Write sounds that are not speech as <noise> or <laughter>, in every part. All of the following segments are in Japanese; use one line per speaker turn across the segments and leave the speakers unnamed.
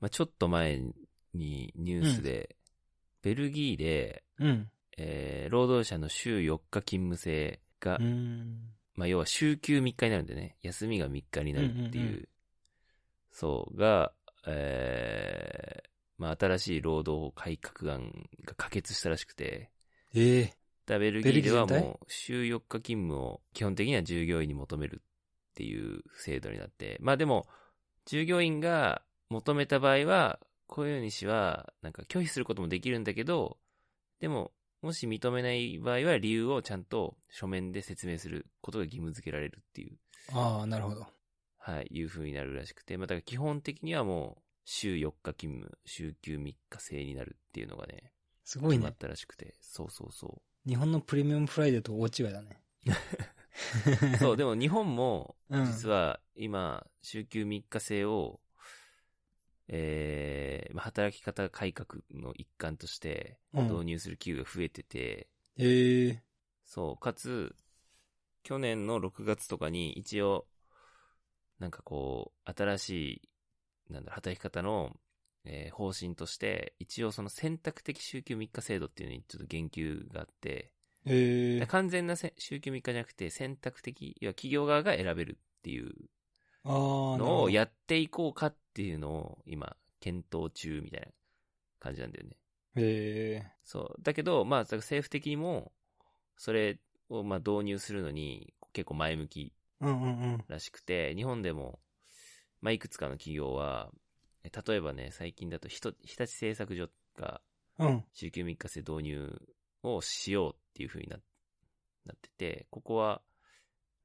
かちょっと前にニュースで、ベルギーで、
うん。
えー労働者の週4日勤務制が、
うん。
まあ要は週休3日になるんでね、休みが3日になるっていう、
うんうんう
そうが、えーまあ新しい労働改革案が可決したらしくて、
ええ
だからベルギーでは
ベルギー全体
もう週4日勤務を基本的には従業員に求めるっていう制度になって、まあでも、従業員が求めた場合は、雇用主はなんか拒否することもできるんだけど、でも、もし認めない場合は理由をちゃんと書面で説明することが義務付けられるっていう、
ああ、なるほど。
はい、いう風になるらしくて、まあだから基本的にはもう週4日勤務、週休3日制になるっていうのがね、
すごい
決ま
ね
っ。たらしくて、そうそうそう。
日本のプレミアムフライデーと大違いだね。
そう、でも日本も、
うん
実は今、週休3日制を、えーまあ働き方改革の一環として
うん
導入する企業が増えてて、
ええ
そう、かつ、去年の6月とかに一応、なんかこう、新しい、なんだろう、働き方の、えー方針として、一応その選択的週休3日制度っていうのにちょっと言及があって、
ええ
で完全なせ週休3日じゃなくて選択的、要は企業側が選べるっていう
ああ、なる
の
ほ
を
ど。
やっていこうかっていうのを今検討中みたいな感じなんだよね。
ええ
そう。だけど、まあ、だから政府的にも、それをまあ導入するのに結構前向き
うんうんうん。
らしくて、日本でも、まあ、いくつかの企業は、え例えばね、最近だとひと日立製作所が
うん。
週休3日制導入をしようっていう風にななってて、ここは、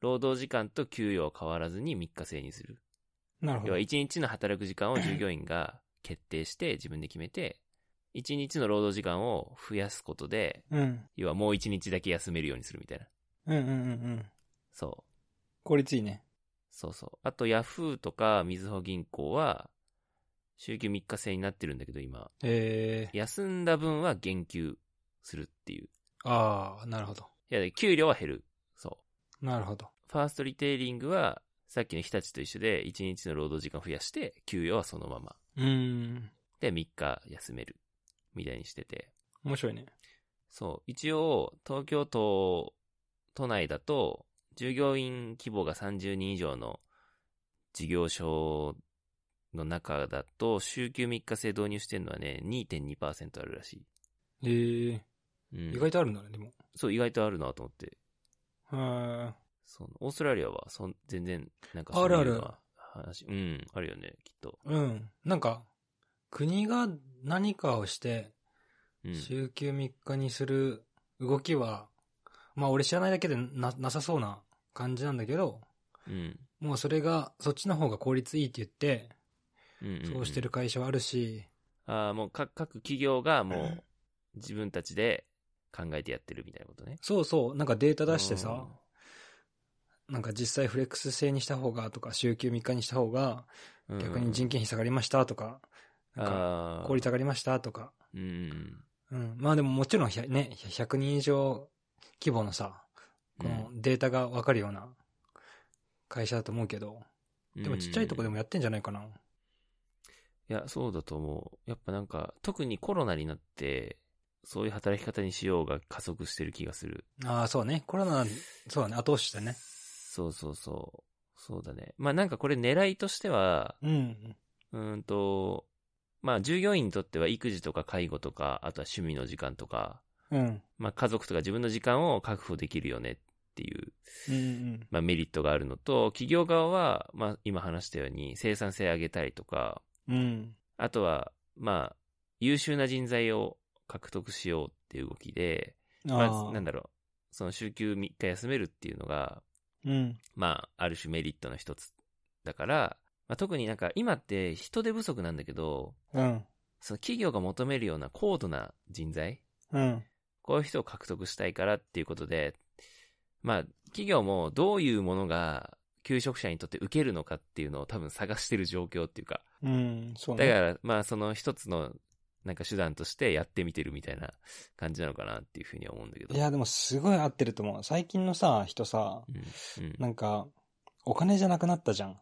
労働時間と給与は変わらずに3日制にする。
なるほ
要は
ど。
1日の働く時間を従業員が決定して自分で決めて、1日の労働時間を増やすことで、
うん。
要はもう1日だけ休めるようにするみたいな。
うんうんうんうん。
そう。
効率いいね。
そうそう。あと、ヤフーとか、みずほ銀行は、週休3日制になってるんだけど、今。
ええ
休んだ分は減給するっていう。
ああ、なるほど。
いや、給料は減る。そう。
なるほど。
ファーストリテイリングは、さっきの日立と一緒で、1日の労働時間を増やして、給与はそのまま。
うーん。
で、3日休める。みたいにしてて。
面白いね。
そう。一応、東京都、都内だと、従業員規模が30人以上の事業所の中だと、週休3日制導入してるのはね、2.2%あるらし
ええ
い。うん
意外とあるんだね、でも。
そう、意外とあるなと思って。
は
そのオーストラリアはそん、全然、なんか
あるあ
そ
る
ういうのは話、うん、あるよね、きっと。
うん。なんか、国が何かをして、
うん。
週休3日にする動きは、まあ俺知らないだけでな、なさそうな感じなんだけど、
うん。
もうそれが、そっちの方が効率いいって言って、
うんんん
そうしてる。会社はあるし、
ああ、もうか各企業がも
うん
う自分たちで考えてやってるみたいなことね。
そうそう、なんかデータ出してさ、なんか実際フレックス制にした方がとか、週休3日にした方が、
うん、
逆に人件費下がりましたとか、なんか
か
効率上がりましたとか、
うんうん。
うん。まあでももちろんひゃね、100人以上規模のさ、このデータがわかるような会社だと思うけど、
うん
でもちっちゃいとこでもやってんじゃないかな。
いや、そうだと思う。やっぱなんか、特にコロナになって、そういう働き方にしようが加速してる気がする。
ああ、そうね。コロナ、そうだね。後押ししてね。
そうそうそう。そうだね。まあなんかこれ狙いとしては、
うん。
うーんと、まあ従業員にとっては育児とか介護とか、あとは趣味の時間とか、
うん。
まあ家族とか自分の時間を確保できるよねっていう、
うんうん。
まあメリットがあるのと、企業側は、まあ今話したように生産性上げたりとか、
うん。
あとは、まあ優秀な人材を獲得しようっていう動きで、ま
あ
あ
あ
なんだろう、その週休3日休めるっていうのが、
うん。
まあある種メリットの一つだから、まあ特になんか今って人手不足なんだけど、
うん。
その企業が求めるような高度な人材、
うん。
こういう人を獲得したいからっていうことで、まあ、企業もどういうものが求職者にとって受けるのかっていうのを多分探してる状況っていうか、
うん。そう
だ
ね。
から、まあその一つのなんか手段としてやってみてるみたいな感じなのかなっていうふうには思うんだけど。
いや、でもすごい合ってると思う。最近のさ、人さ、
うん、うん
なんか、お金じゃなくなったじゃん。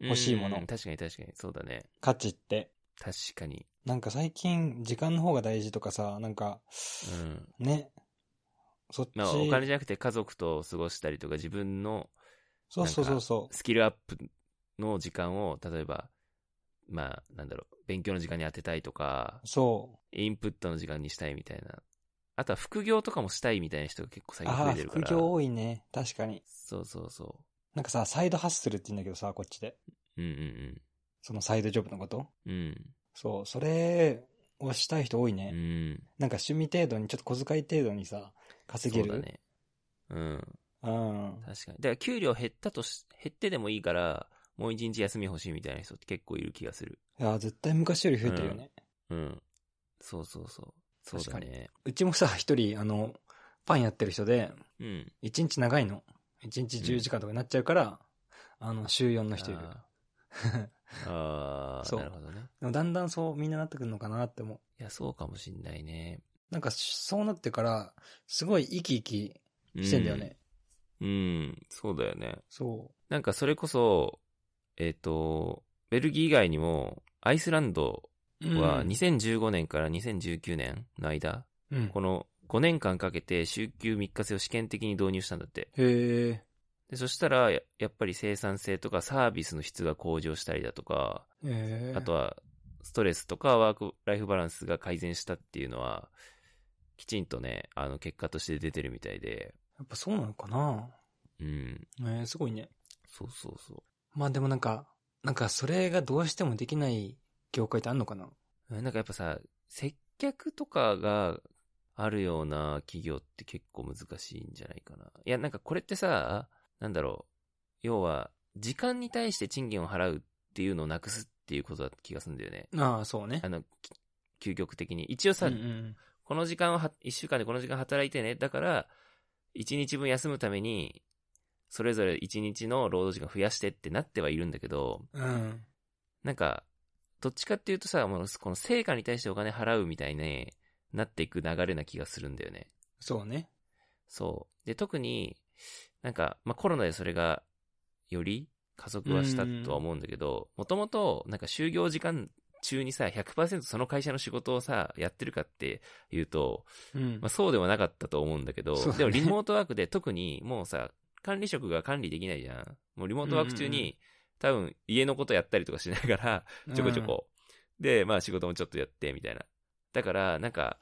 欲しいもの
うん確かに確かに、そうだね。
価値って。
確かに。
なんか最近、時間の方が大事とかさ、なんか、
うん。
ね。そっち、
まあ、お金じゃなくて家族と過ごしたりとか、自分の
そうそうそうそ
スキルアップの時間を、例えば、まあ、なんだろう、勉強の時間に当てたいとか
う。、そ
インプットの時間にしたいみたいな。あとは副業とかもしたいみたいな人が結構
う。
最近増
あ
え
あ、
てるか
副
ら。
業多いね。確かに。
そうそうそ
なんかさ、サイドハッスルって言うんだけどさ、こっちで。
う。うんうん
そのサイドジョブのこと
うん。うん。
そう、それをしたい人多いうね。
ん。
なんか趣味程度に、ちょっと小遣い程度にさ、稼げる。
そうだね。うん。
うん。
確かに。だから給料減ったとし、減ってでもいいから、もう一日休み欲しいみたいな人って結構いる気がする。
いや、絶対昔より増えてるよね。
うん。そうそうそう。そうだね。
うちもさ、一人、あの、パンやってる人で、
うん。
一日長いの。一日10時間とかになっちゃうから、あの、週4の人いる。
あーあー、
そう
なるほどね。
<laughs> でもだんだんそう、みんななってくるのかなって思う。
いや、そうかもしんないね。
なんか、そうなってから、すごい生き生きしてんだよね。
うん。うん、そうだよね。
そ
なんかそれこそ、えっ、と、ベルギー以外にも、アイスランド
う。
は
うん、
2015年から2019年の間、
うん
この5年間かけて週休3日制を試験的に導入したんだって。
へえ。
で、そしたら、ややっぱり生産性とかサービスの質が向上したりだとか、
へえ。
あとは、ストレスとかワークライフバランスが改善したっていうのは、きちんとね、あの、結果として出てるみたいで、
やっぱそうなのかな
うん、
えー、すごいね。
そうそうそう。
まあでもなんか、なんかそれがどうしてもできない業界ってあんのかな
うんなんかやっぱさ、接客とかがあるような企業って結構難しいんじゃないかな。いや、なんかこれってさ、なんだろう。要は、時間に対して賃金を払うっていうのをなくすっていうことだ気がするんだよね。
ああ、そうね
<laughs> あ。の、き究極的に。一応さ、
うんうん
この時間は、一週間でこの時間働いてね。だから、一日分休むために、それぞれ一日の労働時間増やしてってなってはいるんだけど、
うん。
なんか、どっちかっていうとさ、もうこの成果に対してお金払うみたいになっていく流れな気がするんだよね。
そうね。
そう。で、特に、なんか、まあ、コロナでそれが、より加速はしたとは思うんだけど、もともと、なんか就業時間中にさ、100%その会社の仕事をさ、やってるかっていうと、
うん
まあ、。そうではなかったと思うんだけど、
そうだね
でもリモートワークで特にもうさ、管理職が管理できないじゃん。もうリモートワーク中
うんうん
に、多分家のことやったりとかしながら、ちょこちょこ。で、まあ仕事もちょっとやって、みたいな。だから、なんか、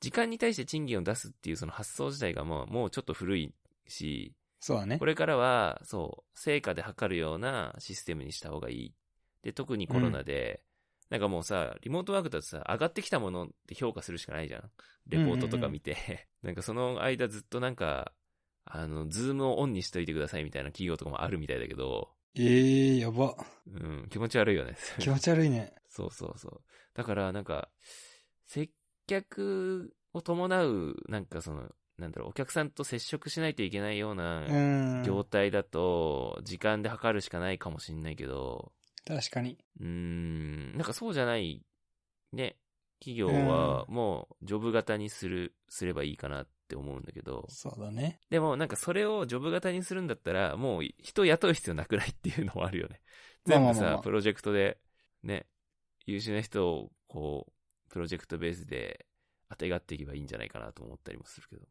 時間に対して賃金を出すっていうその発想自体がもう、もうちょっと古いし、
そうだね
こ。れからは、そう、成果で測るようなシステムにした方がいい。で、特にコロナで、なんかもうさ、リモートワークだとさ、上がってきたものって評価するしかないじゃん。レポートとか見て。 <laughs> なんかその間ずっとなんか、あの、ズームをオンにしといてくださいみたいな企業とかもあるみたいだけど、
ええやば。
うん、気持ち悪いよね。
気持ち悪いね。
そうそうそう。だから、なんか、接客を伴う、なんかその、なんだろう、お客さんと接触しないといけないよう
う。
なん業態だと、時間で測るしかないかもしんないけど、
確かに。
うーん、なんかそうじゃない、ね、企業はもう、ジョブ型にする、すればいいかなって思うんだけど、
そうだね。
でもなんかそれをジョブ型にするんだったら、もう人雇う必要なくないっていうのもあるよ
<laughs>
ね。
ま
全
あまあ
部
まあまあ
さ、プロジェクトで、ね、優秀な人を、こう、プロジェクトベースで当てがっていけばいいんじゃないかなと思ったりもするけど。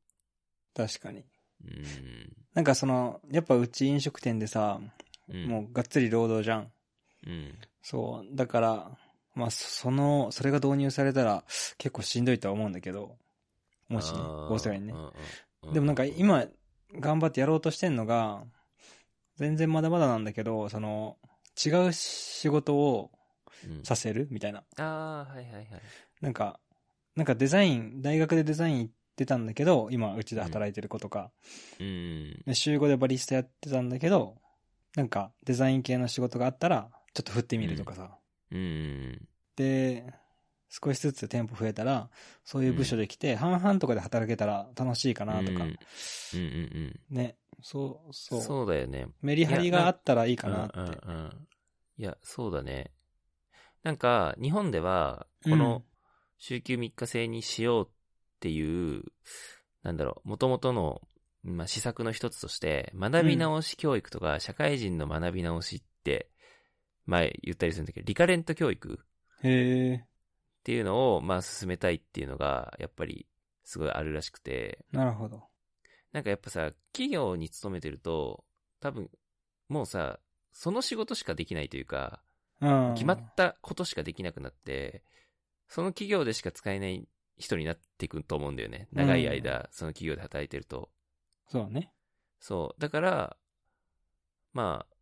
確かに。
うー
なんかその、やっぱうち飲食店でさ、
ん。うん、
もうがっつり労働じゃん。
うん。
そう。だから、まあ、そその、それが導入されたら結構しんどいとは思うんだけど。もしね、
あー
大阪にね
う。んう
でもなんか、今頑張ってやろうとしてんのが、全然まだまだなんだけど、その、違う仕事を
うん
させるみたいな。
ああ、はいはいはい。
なんか、なんかデザイン、大学でデザイン行ってたんだけど、今うちで働いてる子とか、
うん。
週5でバリスタやってたんだけど、なんかデザイン系の仕事があったら、ちょっと振ってみるとかさ。
うん。
で、少しずつ店舗増えたら、そういう部署で来て、半々とかで働けたら楽しいかな
う
とか、
んうんうんうん。
ね、そう、そう。
そうだよね。
メリハリがあったらいいかなって。
うんうんうん、いや、そうだね。なんか、日本では、
うん
この、週休3日制にしようっていう、なんだろう、元々の、まあ、施策の一つとして、学び直し教育とか、社会人の学び直しって、前言ったりするんだけど、リカレント教育
へえ、
ていうのを、まあ、進めたいっていうのが、やっぱり、すごいあるらしくて、
なるほど。
なんかやっぱさ、企業に勤めてると、多分、もうさ、その仕事しかできないというか、
うん。
決まったことしかできなくなって、その企業でしか使えない人になっていくと思うんだよね。長い間、その企業で働いてると。
そうね。
そう。だから、まあ、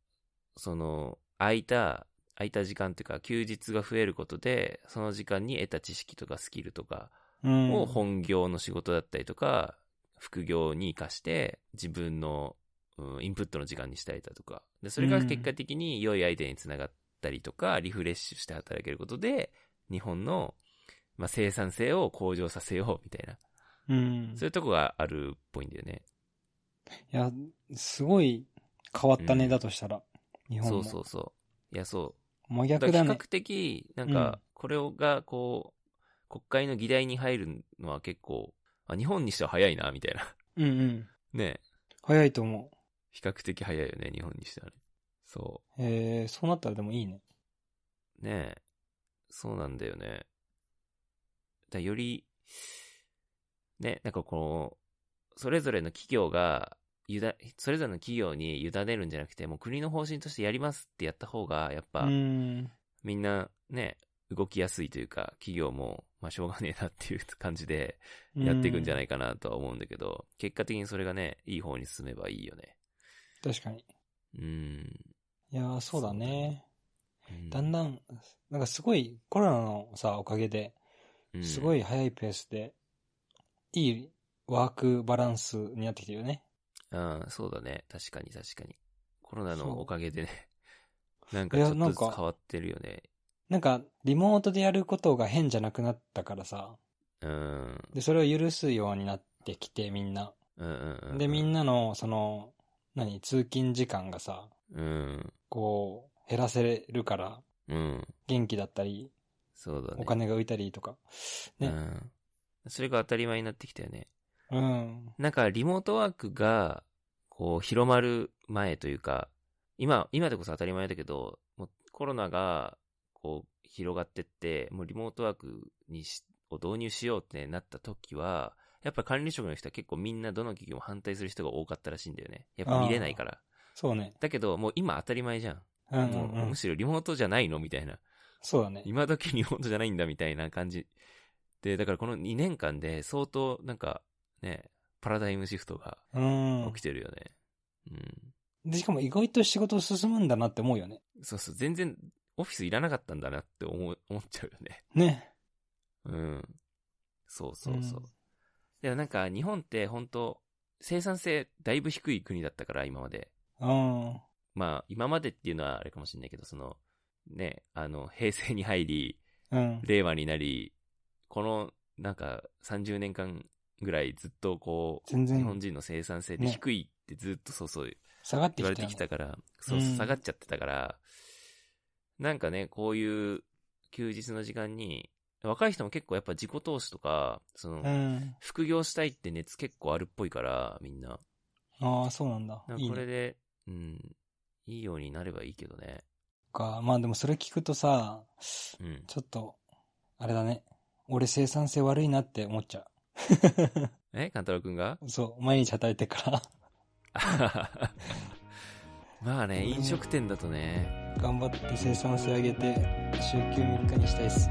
その、空いた、空いた時間っていうか、休日が増えることで、その時間に得た知識とかスキルとか
うん。
を本業の仕事だったりとか、副業に活かして、自分の、うん、インプットの時間にしたりだとか。で、それが結果的に良いアイデアにつながったりとか、リフレッシュして働けることで、日本の、まあ、生産性を向上させようみたいな、
うん。
そういうとこがあるっぽいんだよね。
いや、すごい変わったね、
うん
だとしたら。日本
そ
も。
うそうそう。いや、そう。
真
だ
逆
か
だ
ら
ね
比。較的、なん
うん
か、これが、こう、国会の議題に入るのは結構、あ日本にしては早いな、みたいな。 <laughs>
うんうん。
ね
早いと思。
比較的早いよね、日本にしてはね。そう
えー、そうなったらでもいいね。
う。ねえそうなんだよね。だより、ね、なんかこう、それぞれの企業が、ゆだ、それぞれの企業に委ねるんじゃなくて、もう国の方針としてやりますってやった方が、やっ
う
ぱ、
ん。
みんなね、動きやすいというか、企業も、まあしょうがねえなっていう感じで、やっていくんじゃないいかなとは思うんだけど、結果的にそれがね、いい方に進めばいいよね。
確かに。
うん。
いやー、そうだね。
うん
だんだん、なんかすごい、コロナのさ、おかげで、
うん
すごい早いペースで、いいワークバランスになってきてるよね。
うん、そうだね。確かに確かに。コロナ
そう
のおかげでね、 <laughs> なんか
い
ち
や
ょっとずつ
なん
変
か
わってるよね。
なんか、リモートでやることが変じゃなくなったからさ、
うん。
で、それを許すようになってきて、みんな。
うんうんうん。
で、みん
な、
なの、その、何、通勤時間がさ、
うん。
こう、減らせるから、
うん。
元気だったり、
そうだね。
お金が浮いたりとか。ね
うん。それが当たり前になってきたよね。
うん。
なんかリモートワークが、こう、広まる前というか、今、今でこそ当たり前だけど、もうコロナが、こう、広がってって、もうリモートワークにし、を導入しようってなった時は、やっぱ管理職の人は結構みんなどの企業も反対する人が多かったらしいんだよね。やっぱ見れないから。
そうね。
だけど、もう今当たり前じゃん。
うんう
も
んう
うんむ。しろリモートじゃないのみたいな。
そうだね。
今時リモートじゃないんだみたいな感じ。で、だからこの2年間で相当なんか、ね、パラダイムシフトが
うん
起き。てるよね。うん。
で、しかも意外と仕事進むんだなって思うよね。
そうそう、全然オフィスいらなかったんだなって思う思っちゃうよね。
ね。
うん。そうそうそう。
うん
でもなんか日本って本当生産性だいぶ低い国だったから、今まで。
うん。
まあ、今までっていうのはあれかもしれないけど、その、ね、あの、平成に入り、
うん。
令和になり、この、なんか、30年間ぐらいずっとこう、
全
日本
然
人の生産性で
ね
低いってずっとそうそう
下がって
言わ
き
れ
た
て
よ
き
ね。
たから、そう、
うん
下がっちゃってたから、なんかね、こういう休日の時間に、若い人も結構やっぱ自己投資とか、その、
うん。
副業したいって熱結構あるっぽいから、みんな。
ああ、そうなんだ。
なん
い
か
い
これ
ね。
で、うん、いいようになればいいけどね。
か。まあでもそれ聞くとさ、
うん。
ちょっと、あれだね。俺生産性悪いなって思っちゃ
え勘太郎くんが
<laughs> う。そう、毎日働いてるか
まあね、
うん
飲食店だとね、
ら、 <laughs> 頑張って生産性上げて、週休3日にしたいっす。